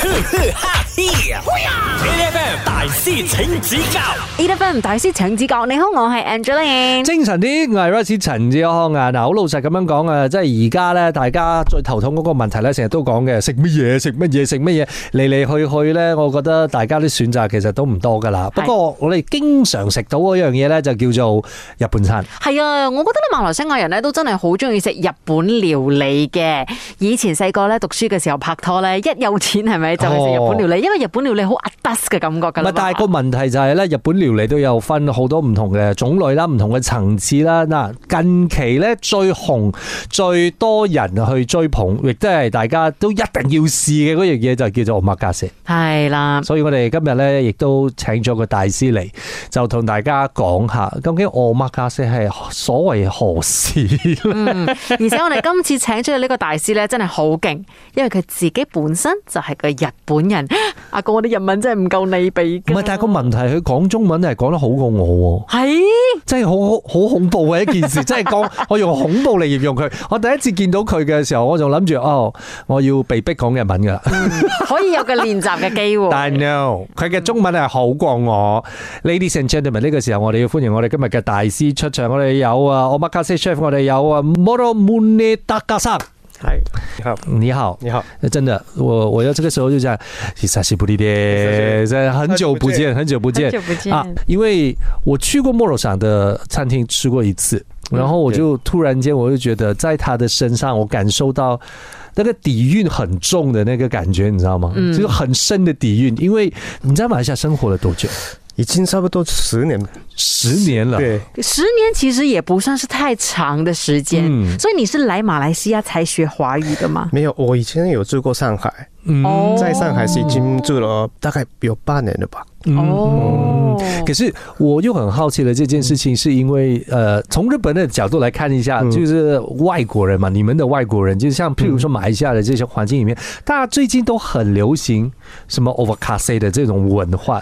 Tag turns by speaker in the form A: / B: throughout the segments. A: 呵呵哈嘿，A F M 大師請指教
B: ，E F M 大師請指教。你好，我係 Angeline。
C: 精神啲，我係 Royce 陳志康啊！嗱，好老實咁樣講啊，即係而家咧，大家最頭痛嗰個問題咧，成日都講嘅，食乜嘢，食乜嘢，食乜嘢，嚟嚟去去咧，我覺得大家啲選擇其實都唔多噶啦。不過我哋經常食到嗰樣嘢咧，就叫做日本餐。
B: 係啊，我覺得咧，馬來西亞人咧都真係好中意食日本料理嘅。以前細個咧讀書嘅時候拍拖咧，一有錢係咪就去食日本料理？因為日本料理好 atas 嘅感覺㗎啦
C: 哦唔係，
B: 嘛。
C: 但係個問題就係咧，日本料理都有分好多唔同嘅種類啦、唔同嘅層次啦。嗱，近期咧最紅、最多人去追捧，亦都係大家都一定要試嘅嗰樣嘢，就叫做 omakase。
B: 係啦，
C: 所以我哋今日咧亦都請咗個大師嚟，就同大家講下究竟 omakase 係所謂何事咧？
B: 而且我哋今次請出嘅呢個大師咧，真係好勁，因為佢自己本身就係個日本 人。阿哥，我啲日文真係唔夠你比
C: 唔
B: 㗎。
C: 係，但係個問題佢講中文係講得好過我喎。
B: 係
C: 真係好好好恐怖嘅一件事，真係講 我用恐怖嚟形容佢。我第一次見到佢嘅時候，我仲諗住哦，我要被逼講日文 噶啦。
B: 可以有個練習嘅機會。
C: 但 no，佢嘅中文係好過我。Ladies and gentlemen，呢個時候我哋要歡迎我哋今日嘅大師出場。我哋有啊 o m a k a s e chef，我哋有啊 Moromune Takasa。
D: 嗨，你好，
C: 你好，
D: 你好，
C: 真的，我我要這個時候就講，久しぶり的，真的很久不見，很久不
B: 很
C: 見
B: 久不見
C: 啊！因為我去過莫羅省的餐廳吃過一次，然后我就突然間我就覺得，在他的身上我感受到那個底蘊很重的那個感覺，你知道嗎？
B: 嗯
C: 就是很深的底蘊。因為你在馬來西亞生活了多久？
D: 已经差不多十年了，
C: 十年了。
D: 对，
B: 十年其实也不算是太长的时间，
C: 嗯
B: 所以你是来马来西亚才学华语的吗？
D: 没有，我以前有住过上海，
C: 嗯
B: 哦
D: 在上海是已经住了大概有八年了吧，
C: 嗯
B: 哦
C: 可是我又很好奇的这件事情，是因为呃，从日本的角度来看一下，
D: 嗯
C: 就是外国人嘛，你们的外国人，就像譬如说马来西亚的这些环境里面，大家最近都很流行什么 omakase 的这种文化。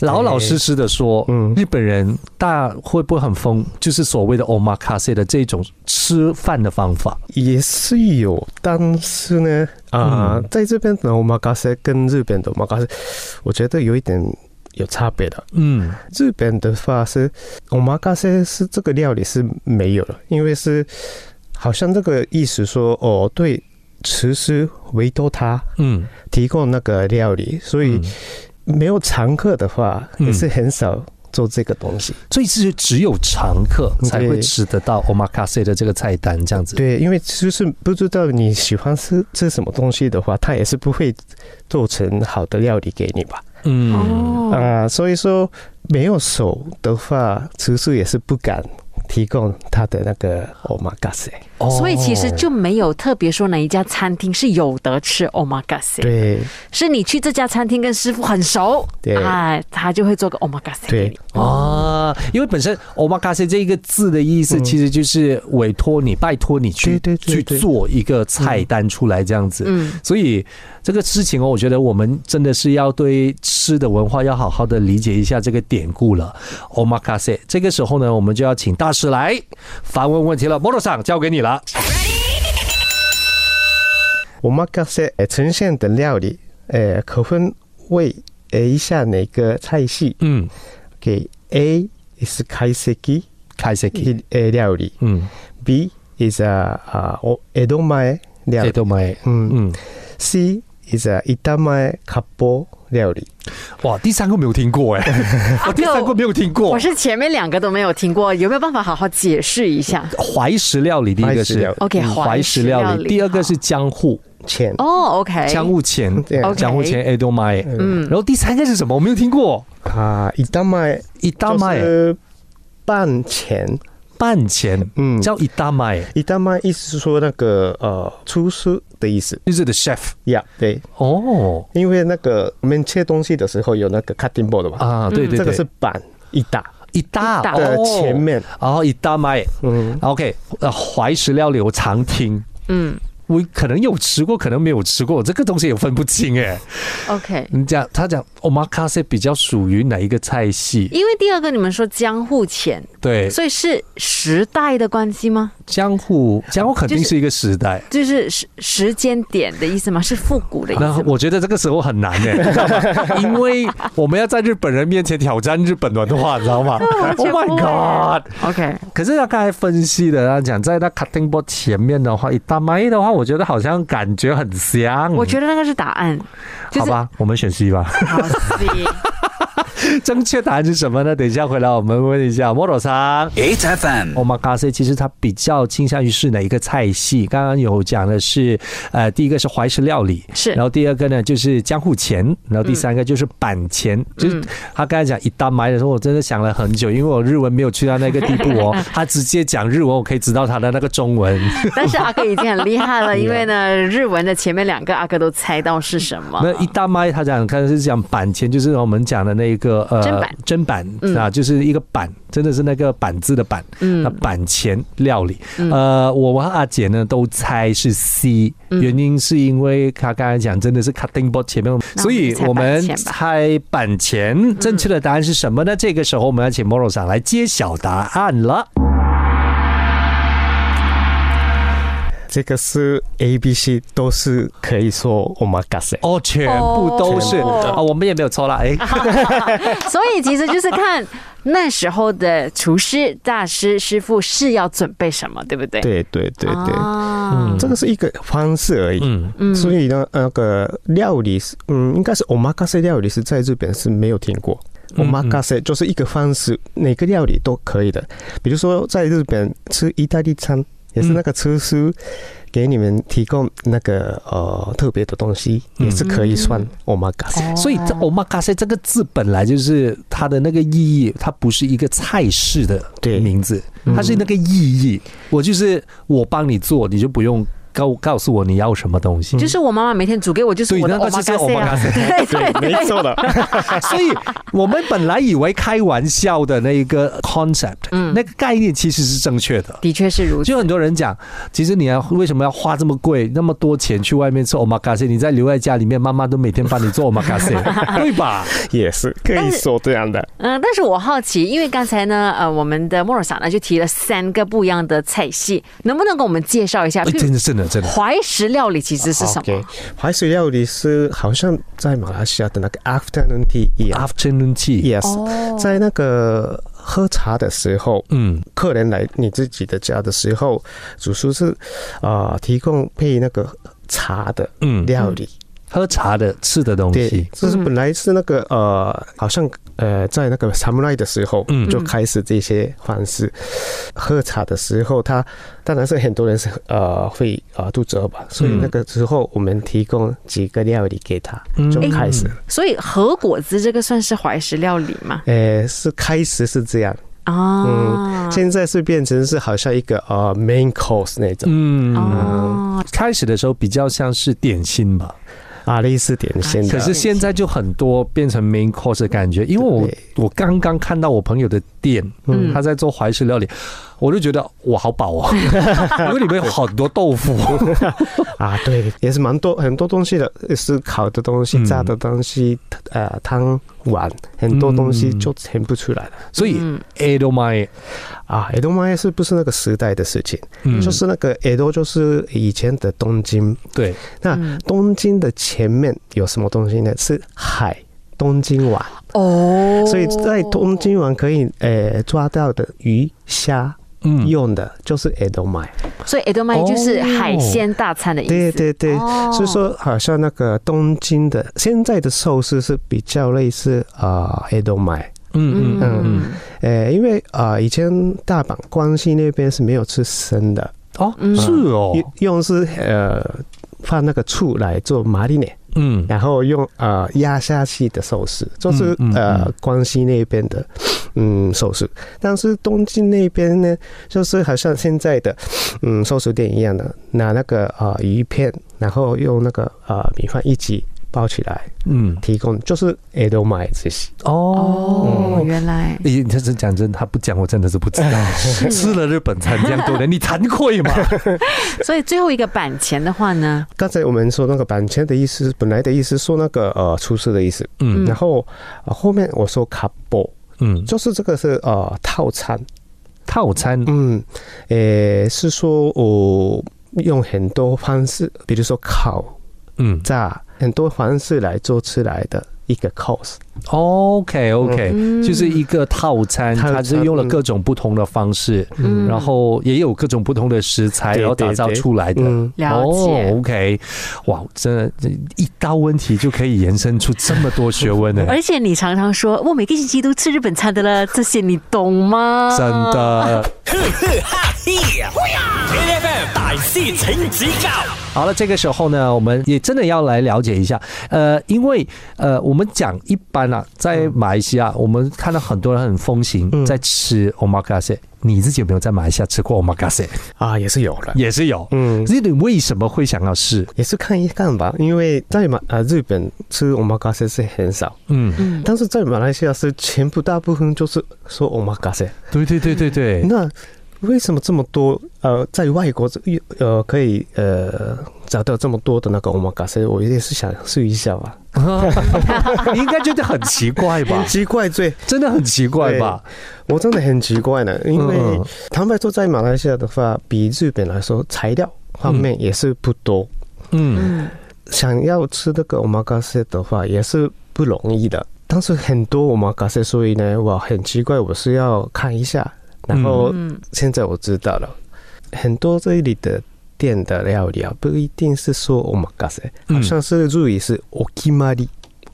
C: 老老实实的说，
D: 嗯
C: 日本人大家会不会很疯？就是所谓的 omakase 的这种吃饭的方法。
D: 也是有，但是呢，啊、
C: 嗯
D: 在这边的 omakase 跟日本的 omakase，我觉得有一点有差别的。
C: 嗯，
D: 日本的话是 omakase 是这个料理是没有了，因为是好像这个意思说，哦，对厨师维多他
C: 嗯，
D: 提供那个料理，所以、
C: 嗯
D: 没有常客的话，
C: 嗯
D: 也是很少做这个东西。
C: 所以是只有常客才会
D: 对
C: 吃得到 omakase 的这个菜单这样子。
D: 对，因为就是不知道你喜欢吃吃什么东西的话，他也是不会做成好的料理给你吧？
C: 嗯，
D: 啊、
B: 哦，
D: 所以说没有手的话，厨师也是不敢提供他的那个 omakase。
C: 哦
B: 所以其实就没有特别说哪一家餐厅是有得吃 omakase，
D: 对
B: 是你去这家餐厅跟师傅很熟，
D: 对
B: 啊，他就会做个 omakase 给
D: 对
B: 你。，
C: 啊，因为本身 omakase 这一个字的意思，
D: 嗯
C: 其实就是委托你、拜托你去
D: 对对对
C: 去
D: 对
C: 做一个菜单出来这样子。
B: 嗯，
C: 所以这个事情哦，我觉得我们真的是要对吃的文化要好好的理解一下这个典故了。omakase 这个时候呢，我们就要请大师来反问问题了。摩托上交给你了。
D: omakase 呃呈现的料理，呃，可分为呃以下哪个菜系？
C: 嗯，
D: 给 A is 开石鸡
C: 开始。
D: 呃料理。
C: 嗯，
D: B is a uh, o- edomae 料
C: 这
D: 理
C: 哎都没。
D: 嗯
C: 嗯，
D: ，C is a itamae kapo 料理。
C: 哇，第三个没有听过 哎，我第三个没有听 过
B: 我。是前面两个都没有听过，有没有办法好好解释一下
C: 怀石料理第一个
D: 怀石
C: 是嗯
D: 料理
B: OK，
C: 怀石料理，第哎二个是江户
D: 钱
B: 哦，OK，
C: 江户前
D: 对
B: OK
C: 江户前 Edo Mai，
B: 嗯
C: 然后第三个是什么？我没有听过，
D: 啊，itamae
C: 一大
D: 就
C: 麦
D: 是半钱。
C: 半钱，
D: 嗯
C: 叫一大麦，
D: ，itamae 意思是说那个呃厨师的意思。
C: 就是 the chef
D: 呀、yeah,，对，
C: 哦
D: 因为那个我们切东西的时候有那个 cutting board 嘛，
C: 啊，对对
D: 这个是
C: 对，
D: 板一打
C: 一大
B: 一大
D: 的
C: 哦
D: 前面。
C: 然后一大麦
D: 嗯，
C: ，OK，呃，怀石料理我常听。
B: 嗯
C: 我可能有吃过，可能没有吃过，这个东西也分不清哎。
B: ，OK。
C: 你讲他讲 omakase 比较属于哪一个菜系？
B: 因为第二个你们说江户前，
C: 对，
B: 所以是时代的关系吗？
C: 江户，江户肯定是一个时代。
B: 就是时时间点的意思吗？是复古的意思
C: 那
B: 吗？
C: 我觉得这个时候很难呢，你知道 吗 因为我们要在日本人面前挑战日本文化，你 知道吗
B: 完
C: ？Oh
B: 哦全
C: my god！
B: OK，
C: 可是他刚才分析的，他讲在那 cutting board 前面的话，一大麦的话，我觉得好像感觉很像。
B: 我觉得那个是答案，就
C: 好
B: 是
C: 吧，我们选 C 吧。
B: 好 C。
C: 正确答案是什么呢？等一下回来我们问一下 model 桑。
A: ，H F M，
C: 我 m a k a s e 其实它比较倾向于是哪一个菜系？刚刚有讲的是，呃，第一个是怀石料理，
B: 是
C: 然后第二个呢就是江户前，然后第三个就是板前。就是他刚才讲一大埋的时候，我真的想了很久，因为我日文没有去到那个地步哦。他直接讲日文，我可以知道他的那个中文。
B: 但是阿哥已经很厉害了，因为呢，日文的前面两个阿哥都猜到是什么。
C: 那一大麦，他讲看是讲板前，就是我们讲的那个呃
B: 砧板嗯
C: 砧板啊，就是一个板，真的是那个板字的板，那板前料理。
B: 嗯
C: 呃，我和阿姐呢都猜是 C，原因是因为他刚才讲真的是 cutting board 前面，
B: 嗯那我们
C: 所以我们猜板前，正确的答案是什么呢？这个时候我们要请 Moro 上来揭晓答案了。
D: 这个是 A、B、C 都是可以说 omakase。
C: 哦，全部都是啊、
B: 哦
C: 我们也没有错啦， 哎，
B: 所以其实就是看那时候的厨师、大师、师傅是要准备什么，对不对？
D: 对对对对，
B: 啊，
D: 这个是一个方式而已。
C: 嗯，
B: 嗯
D: 所以呢，那个料理是，嗯，应该是 omakase 料理是在日本是没有听过。
C: 嗯
D: omakase 就是一个方式，哪个料理都可以的。比如说在日本吃意大利餐，也是那个厨师给你们提供那个呃特别的东西，
C: 嗯
D: 也是可以算 omakase。
B: 哦
C: 所以这 omakase 这个字本来就是它的那个意义，它不是一个菜式的
D: 对
C: 名字，它是那个意义。我就是我帮你做，你就不用告告诉我你要什么东西。
B: 就是我妈妈每天煮给我，就是
C: 嗯对
B: 我的
C: 那个就是
B: omakase 啊， 对对对，
D: 没错的，
C: 啊所以我们本来以为开玩笑的那一个 concept，、
B: 嗯
C: 那个概念其实是正确的。
B: 的确是如此。
C: 就很多人讲，其实你要为什么要花这么贵、那么多钱去外面吃 omakase？你在留在家里面，妈妈都每天帮你做 omakase，对吧？
D: 也是可以说这样的。
B: 嗯，但是我好奇，因为刚才呢，呃，我们的莫尔萨呢就提了三个不一样的菜系，能不能给我们介绍一下？
C: 哎真的，真的，真的。
B: 怀石料理其实是什么
D: 啊 OK，？怀石料理是好像在马来西亚的那个 afternoon tea 一样。
C: afternoon tea，
D: Yes，、在
B: 哦
D: 那个喝茶的时候，
C: 嗯，
D: 客人来你自己的家的时候，主厨是啊、呃提供配那个茶的
C: 嗯
D: 料理。
C: 喝茶的吃的东
D: 对
C: 西，，
D: 就是本来是那个呃，好像呃，在那个 samurai 的时候，
C: 嗯
D: 就开始这些方式。喝茶的时候，他当然是很多人是呃会啊、呃肚子饿吧，所以
C: 嗯
D: 那个时候我们提供几个料理给他，就
C: 嗯
D: 开始了。
B: 所以和果子这个算是怀石料理吗？
C: 嗯
D: 呃，是开始是这样，
B: 啊
D: 嗯，，现在是变成是好像一个呃 main course 那种
C: 嗯。
B: 哦，
C: 开始的时候比较像是点心吧，
D: 啊，类似点心
C: 可
D: 的。
C: 是现在就很多变成 main course 的感觉。因为我
D: 对
C: 我刚刚看到我朋友的店，
B: 嗯
C: 他在做怀石料理，我就觉得我好饱哦，因为里面有好多豆腐。
D: 啊，对，也是蛮多很多东西的，是烤的东西、
C: 嗯
D: 炸的东西，呃，汤碗很多东西
C: 嗯
D: 就填不出来了、
C: 所以
B: 嗯
C: A 都卖，
D: 啊。江戸前是不是那个时代的事情？
C: 嗯，
D: 就是那个江戸，就是以前的东京。
C: 对，
B: 嗯
D: 那东京的前面有什么东西呢？是海。东京湾，
B: 哦，
D: 所以在东京湾可以呃抓到的鱼虾
C: 嗯，
D: 用的就是江戸前。
B: 所以 edamame 就是海鲜大餐的意思。
D: 哦对对对，
B: 哦
D: 所以说好像那个东京的现在的寿司是比较类似啊 e d o m a
C: 嗯嗯嗯嗯，
B: 嗯
D: 呃，因为啊、呃以前大阪关西那边是没有吃生的，
C: 哦，
B: 嗯
C: 是哦，
D: 用用是呃放那个醋来做马里内，
C: 嗯
D: 然后用呃压下去的寿司，就是、
C: 嗯嗯
D: 呃
C: 嗯
D: 关西那边的嗯寿司，但是东京那边呢，就是好像现在的嗯寿司店一样的，拿那个呃鱼片，然后用那个呃米饭一起包起来
C: 嗯，
D: 提供，就是也都买这些。
C: 哦
B: 哦，原来
C: 你这是讲真，他不讲我真的是不知道。吃了日本餐这样多年，你惭愧吗？
B: 所以最后一个板前的话呢，
D: 刚才我们说那个板前的意思，本来的意思说那个呃厨师的意思，
C: 嗯
D: 然后、呃后面我说卡波，
C: 嗯，
D: 就是这个是呃套餐，
C: 套餐？
D: 嗯，诶，是说我用很多方式，比如说烤、
C: 嗯
D: 炸，很多方式来做出来的一个 course。
C: ，OK OK，、就是一个套餐，
D: 套餐
C: 它是用了各种不同的方式，
B: 嗯
C: 然后也有各种不同的食材，
D: 对
C: 然后打造
D: 对对
C: 出来的。
D: 嗯，
B: 了解。
C: 哦、，OK，哇，真的，这一道问题就可以延伸出这么多学问 呢、
B: 而且你常常说我每个星期都吃日本餐的啦，这些你懂吗？
C: 真的。
A: L F M 大师请指教
C: 好了，这个时候呢，我们也真的要来了解一下，呃，因为呃，我们讲一般啊，在马来西亚，我们看到很多人很风行
D: 嗯
C: 在吃 omakase，你自己有没有在马来西亚吃过 omakase？
D: 啊，也是有了。
C: 也是有，
D: 嗯，
C: 你为什么会想要试？
D: 也是看一看吧，因为在马呃日本吃 omakase 是很少，
C: 嗯，
B: 嗯，
D: 但是在马来西亚是全部大部分就是说 omakase。
C: 对对对对对，
D: 那为什么这么多？呃，在外国这呃可以呃找到这么多的那个 omakase，我也是想试一下吧。
C: 你应该觉得很奇怪吧
D: 很？奇怪，最
C: 真的很奇怪吧？
D: 我真的很奇怪呢，因为
C: 嗯嗯
D: 坦白说，在马来西亚的话，比日本来说材料方面也是不多，
C: 嗯
D: 想要吃那个 omakase 的话也是不容易的。但是很多 omakase，所以呢，我很奇怪，我是要看一下，然后
B: 嗯
D: 现在我知道了，很多这里的店的料理啊，不一定是说 omakase，
C: 嗯
D: 好像是日语是 okimari。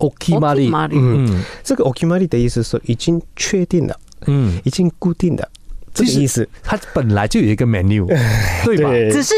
C: ，okimari，
D: 嗯，
C: 嗯
D: 这个 okimari 的意思是说已经确定了，
C: 嗯，
D: 已经固定的这个
C: 其实
D: 意思。
C: 它本来就有一 个 menu，对吧？
B: 只是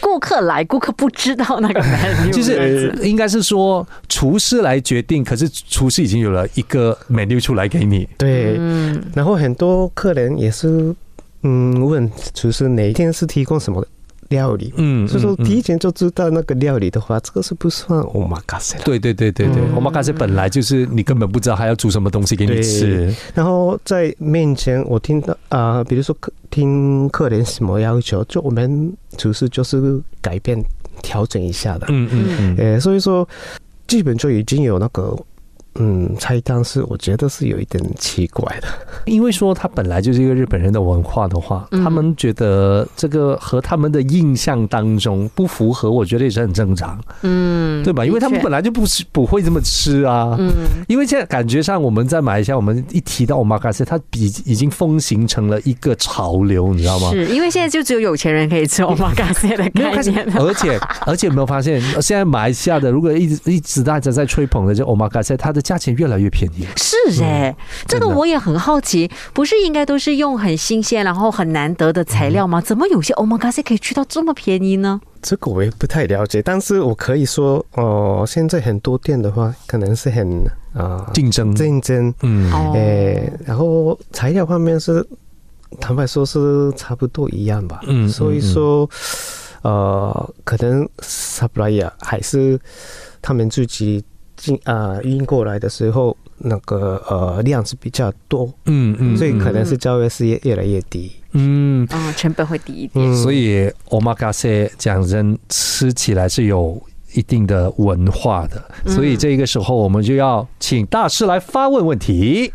B: 顾客来，顾客不知道那个 menu，
C: 就是哎应该是说厨师来决定，可是厨师已经有了一个 menu 出来给你。
D: 对，
B: 嗯
D: 然后很多客人也是，嗯，问厨师哪一天是提供什么料理，
C: 嗯
D: 所以说
C: 嗯嗯
D: 提前就知道那个料理的话，这个是不算 omakase 了。
C: 对对对对对，
D: 嗯
C: 我们刚才本来就是你根本不知道他要煮什么东西给你吃
D: 对。然后在面前，我听到啊、呃比如说客听客人什么要求，就我们厨师就是改变调整一下的。
C: 嗯嗯嗯，
D: 呃，所以说基本就已经有那个。嗯，菜单是我觉得是有一点奇怪的，
C: 因为说他本来就是一个日本人的文化的话，
B: 嗯
C: 他们觉得这个和他们的印象当中不符合，我觉得也是很正常，
B: 嗯
C: 对吧？因为他们本来就不是不会这么吃啊。
B: 嗯
C: 因为现在感觉上我们在马来西亚，我们一提到 omakase，它比已经风行成了一个潮流，你知道吗？
B: 是因为现在就只有有钱人可以吃 omakase 的
C: 没有
B: 概
C: 开始呃
B: 念，，
C: 而 且而且有没有发现，呃现在马来西亚的如果一直一直大家在吹捧的就哦 omakase，它的价钱越来越便宜了。
B: 是哎、这个
C: 嗯真的
B: 我也很好奇，不是应该都是用很新鲜然后很难得的材料
C: 嗯
B: 吗？怎么有些哦 omakase 可以去到这么便宜呢？
D: 这个我也不太了解。但是我可以说，哦、现在很多店的话，可能是很啊、
C: 竞争，
D: 竞争，
C: 嗯，
B: 哦，
D: 诶、然后材料方面是，坦白说是差不多一样吧。
C: 嗯嗯
D: 所以说，呃，可能 supplier 还是他们自己进啊、运过来的时候，那个呃量是比较多，
C: 嗯嗯，
D: 所以可能是交易是越越来越低。
C: 嗯，
B: 嗯，成本会低一点。
D: 嗯
C: 所以哦 omakase 讲真，吃起来是有。一定的文化的，所以这个时候我们就要请大师来发问问题。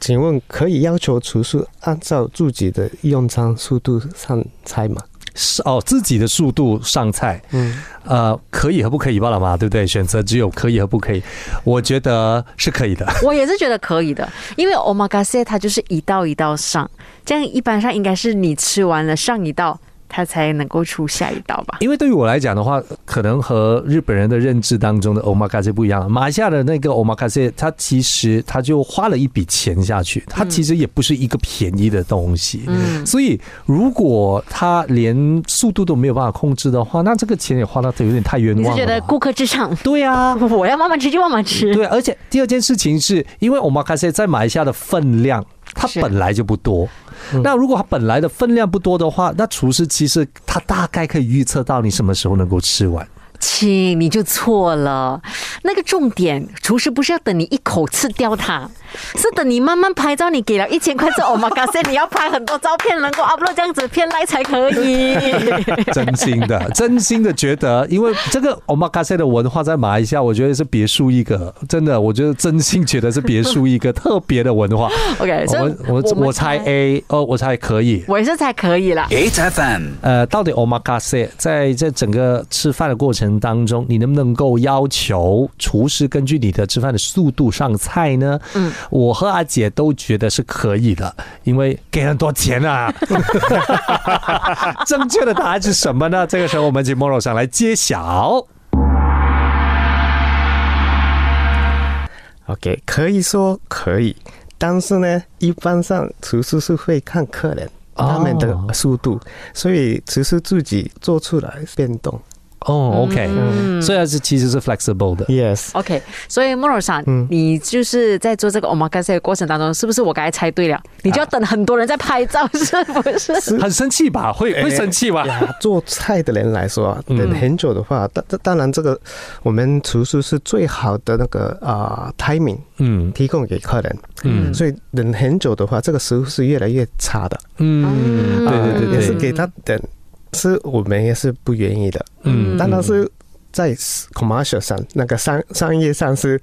D: 请问可以要求厨师按照自己的用餐速度上菜吗？
C: 是哦，自己的速度上菜，
D: 嗯，
C: 呃，可以和不可以罢了嘛，对不对？选择只有可以和不可以，我觉得是可以的。
B: 我也是觉得可以的，因为 omakase 它就是一道一道上，这样一般上应该是你吃完了上一道，它才能够出下一道吧。
C: 因为对于我来讲的话，可能和日本人的认知当中的 omakase 不一样。马来西亚的那个 omakase，它其实它就花了一笔钱下去，它其实也不是一个便宜的东西。
B: 嗯
C: 所以如果它连速度都没有办法控制的话，那这个钱也花到有点太冤
B: 你是
C: 枉
B: 觉得
C: 了吧。
B: 顾客至上？
C: 对啊，
B: 我要慢慢吃就慢慢吃。
C: 对，而且第二件事情是因为 omakase 在马来西亚的分量，它
B: 是嗯
C: 本来就不多。那如果它本来的分量不多的话，那厨师其实他大概可以预测到你什么时候能够吃完。
B: 亲，你就错了。那个重点，厨师不是要等你一口吃掉它，是等你慢慢拍照。你给了一千块之后，我马嘎塞，你要拍很多照片，能够 upload 这样子片来才可以。哎
C: 真心的，真心的觉得，因为这个 omakase 的文化在马来西亚，我觉得是别树一格，真的，我觉得真心觉得是别树一格，特别的 文化。
B: OK，所以哎
C: 我我
B: 我们
C: 我猜
B: 猜
C: A，哦，我猜可以。
B: 我也是才可以啦。
A: ，H F M，
C: 呃，到底 omakase 在这整个吃饭的过程当中，你能不能够要求厨师根据你的吃饭的速度上菜呢？嗯，我和阿姐都觉得是可以的，因为给很多钱 啊。正确的答案是什么呢？这个时候我们请 Moro 上来揭晓。哦
D: OK，可以说可以，但是呢，一般上厨师是会看客人
C: 哦
D: 他们的速度，所以厨师自己做出来变动。
C: 哦，OK，、所以它是其实是 flexible 的。
D: Yes，
B: OK，所以 Moro さん，
C: 嗯
B: 你就是在做这个 omakase 的过程当中，是不是我刚才猜对
C: 啊
B: 了？你就要等很多人在拍照，是不 是？
C: 很生气吧？会会生气吧？
D: 呀做菜的人来说啊，
C: 嗯
D: 等很久的话，当、当当然这个我们厨师是最好的那个啊、timing
C: 嗯
D: 提供给客人，
C: 嗯
D: 所以等很久的话，这个食物是越来越差的，
C: 嗯，对
D: 啊
C: 对
D: 也
C: 对
D: 是
C: 对，
D: 给他等，是我们也是不愿意的，
C: 嗯
D: 当然是在 commercial 上那个商商业上是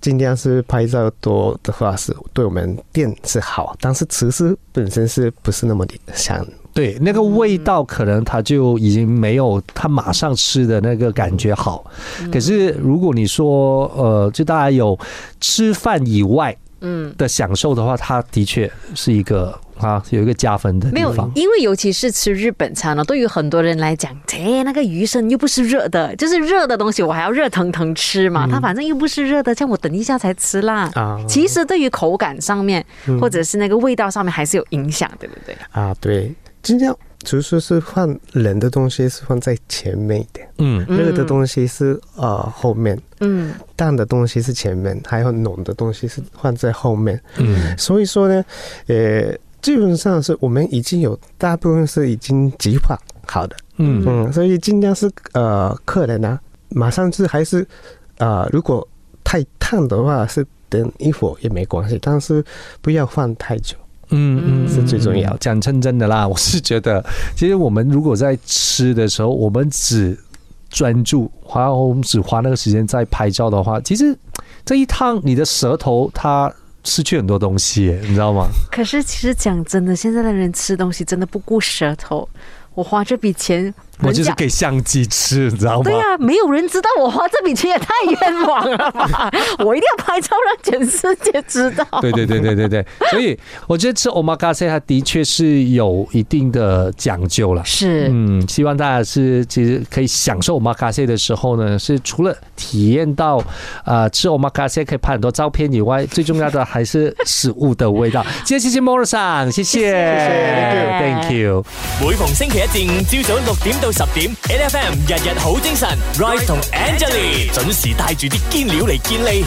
D: 尽量是拍照多的话是对我们店是好，但是厨师本身是不是那么理想？
C: 对，那个味道可能它就已经没有它马上吃的那个感觉好。
B: 嗯
C: 可是如果你说呃，就大家有吃饭以外
B: 嗯。
C: 的享受的话，它的确是一个啊有一个加分的
B: 没
C: 地
B: 有
C: 方，。
B: 因为尤其是吃日本餐呢、哦对于很多人来讲，切那个鱼生又不是热的，就是热的东西我还要热腾腾吃嘛，
C: 嗯
B: 它反正又不是热的，这样我等一下才吃啦。
D: 啊
B: 其实对于口感上面，
C: 嗯
B: 或者是那个味道上面还是有影响，对不对？
D: 啊，对，尽量厨师是放冷的东西是放在前面一点，
C: 嗯
D: 热的东西是呃后面，
B: 嗯，
D: 淡的东西是前面，还有浓的东西是放在后面。
C: 嗯
D: 所以说呢，呃，基本上是我们已经有大部分是已经计划好的。
C: 嗯
D: 嗯，所以尽量是呃客人啊，马上是还是呃，如果太烫的话是等一会儿也没关系，但是不要放太久。
C: 嗯嗯，
D: 是最重要的
C: 讲真真的啦， 我是觉得，其实我们如果在吃的时候，我们只专注花，我们只花那个时间在拍照的话，其实这一趟你的舌头它失去很多东西耶，你知 道吗？
B: 可是其实讲真的，现在的人吃东西真的不顾舌头。我花这笔钱，
C: 我就
B: 人
C: 是
B: 家
C: 给相机吃，你知道 吗
B: 对？呀、没有人知道我花这笔钱也太冤枉了吧！我一定要拍照让全世界知道。
C: 对对对对对对，所以我觉得吃 omakase 它的确是有一定的讲究了。
B: 是，
C: 嗯，希望大家是其实可以享受 omakase 的时候呢，是除了体验到啊、呃吃 omakase 可以拍很多照片以外，最重要的还是食物的味道。今天谢谢 Morris 上，谢谢，Thank you。
A: 每逢星期一至五朝早六點到十點，N F M 日日好精神，Rise 同 Angelie 準時帶住啲堅料嚟健利。